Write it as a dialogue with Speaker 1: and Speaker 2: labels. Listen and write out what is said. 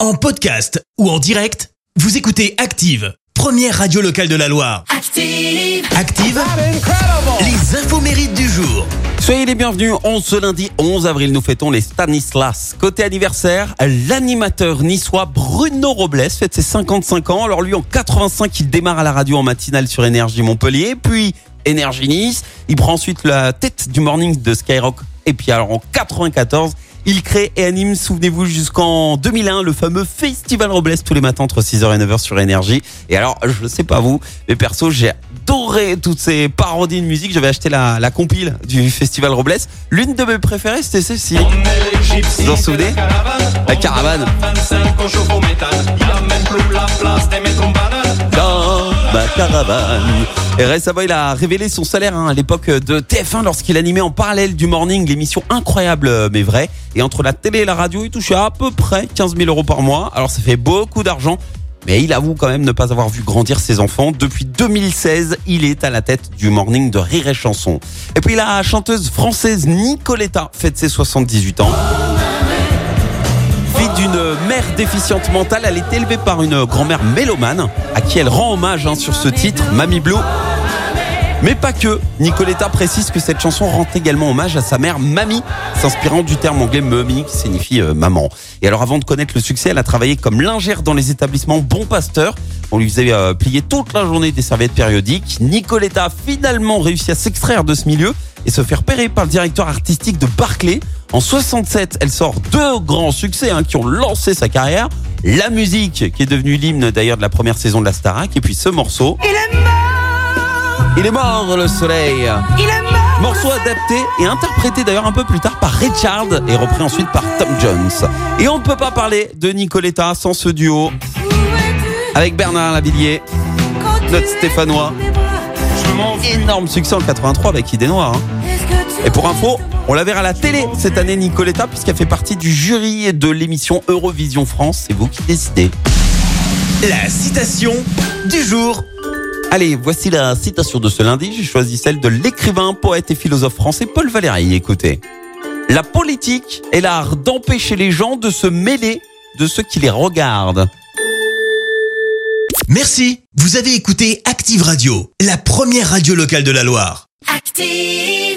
Speaker 1: En podcast ou en direct, vous écoutez Active, première radio locale de la Loire.
Speaker 2: Active.
Speaker 1: Active, les infos mérites du jour.
Speaker 3: Soyez les bienvenus, on ce lundi 11 avril, nous fêtons les Stanislas. Côté anniversaire, l'animateur niçois Bruno Robles fête ses 55 ans. Alors lui en 85, il démarre à la radio en matinale sur Énergie Montpellier, puis Énergie Nice. Il prend ensuite la tête du morning de Skyrock. Et puis alors en 94, il crée et anime, souvenez-vous, jusqu'en 2001, le fameux Festival Robles tous les matins entre 6h et 9h sur Énergie. Et alors, je sais pas vous, mais perso, j'ai adoré toutes ces parodies de musique. J'avais acheté la, la compile du Festival Robles. L'une de mes préférées, c'était celle-ci.
Speaker 4: Vous
Speaker 3: vous en souvenez La caravane. Dans ma caravane. Et récemment, il a révélé son salaire hein, à l'époque de TF1 lorsqu'il animait en parallèle du morning l'émission incroyable euh, mais vraie. Et entre la télé et la radio, il touchait à peu près 15 000 euros par mois. Alors ça fait beaucoup d'argent. Mais il avoue quand même ne pas avoir vu grandir ses enfants. Depuis 2016, il est à la tête du morning de Rire et Chanson. Et puis la chanteuse française Nicoletta fête ses 78 ans. Fille d'une mère déficiente mentale, elle est élevée par une grand-mère mélomane à qui elle rend hommage hein, sur ce titre, Mamie Blue. Mais pas que. Nicoletta précise que cette chanson rend également hommage à sa mère, Mamie, s'inspirant du terme anglais Mummy qui signifie euh, maman. Et alors, avant de connaître le succès, elle a travaillé comme lingère dans les établissements Bon Pasteur. On lui faisait euh, plier toute la journée des serviettes périodiques. Nicoletta a finalement réussi à s'extraire de ce milieu et se faire repérer par le directeur artistique de Barclay. En 67, elle sort deux grands succès hein, qui ont lancé sa carrière. La musique, qui est devenue l'hymne d'ailleurs de la première saison de la Starac, et puis ce morceau. Il est mort le soleil. Il est mort. Morceau adapté et interprété d'ailleurs un peu plus tard par Richard et repris ensuite par Tom Jones. Et on ne peut pas parler de Nicoletta sans ce duo avec Bernard Lavillier, notre Stéphanois. Énorme succès en 83 avec Idée Noire. hein. Et pour info, on la verra à la télé cette année Nicoletta puisqu'elle fait partie du jury de l'émission Eurovision France. C'est vous qui décidez.
Speaker 1: La citation du jour.
Speaker 3: Allez, voici la citation de ce lundi. J'ai choisi celle de l'écrivain, poète et philosophe français Paul Valéry. Écoutez. La politique est l'art d'empêcher les gens de se mêler de ceux qui les regardent.
Speaker 1: Merci. Vous avez écouté Active Radio, la première radio locale de la Loire.
Speaker 2: Active.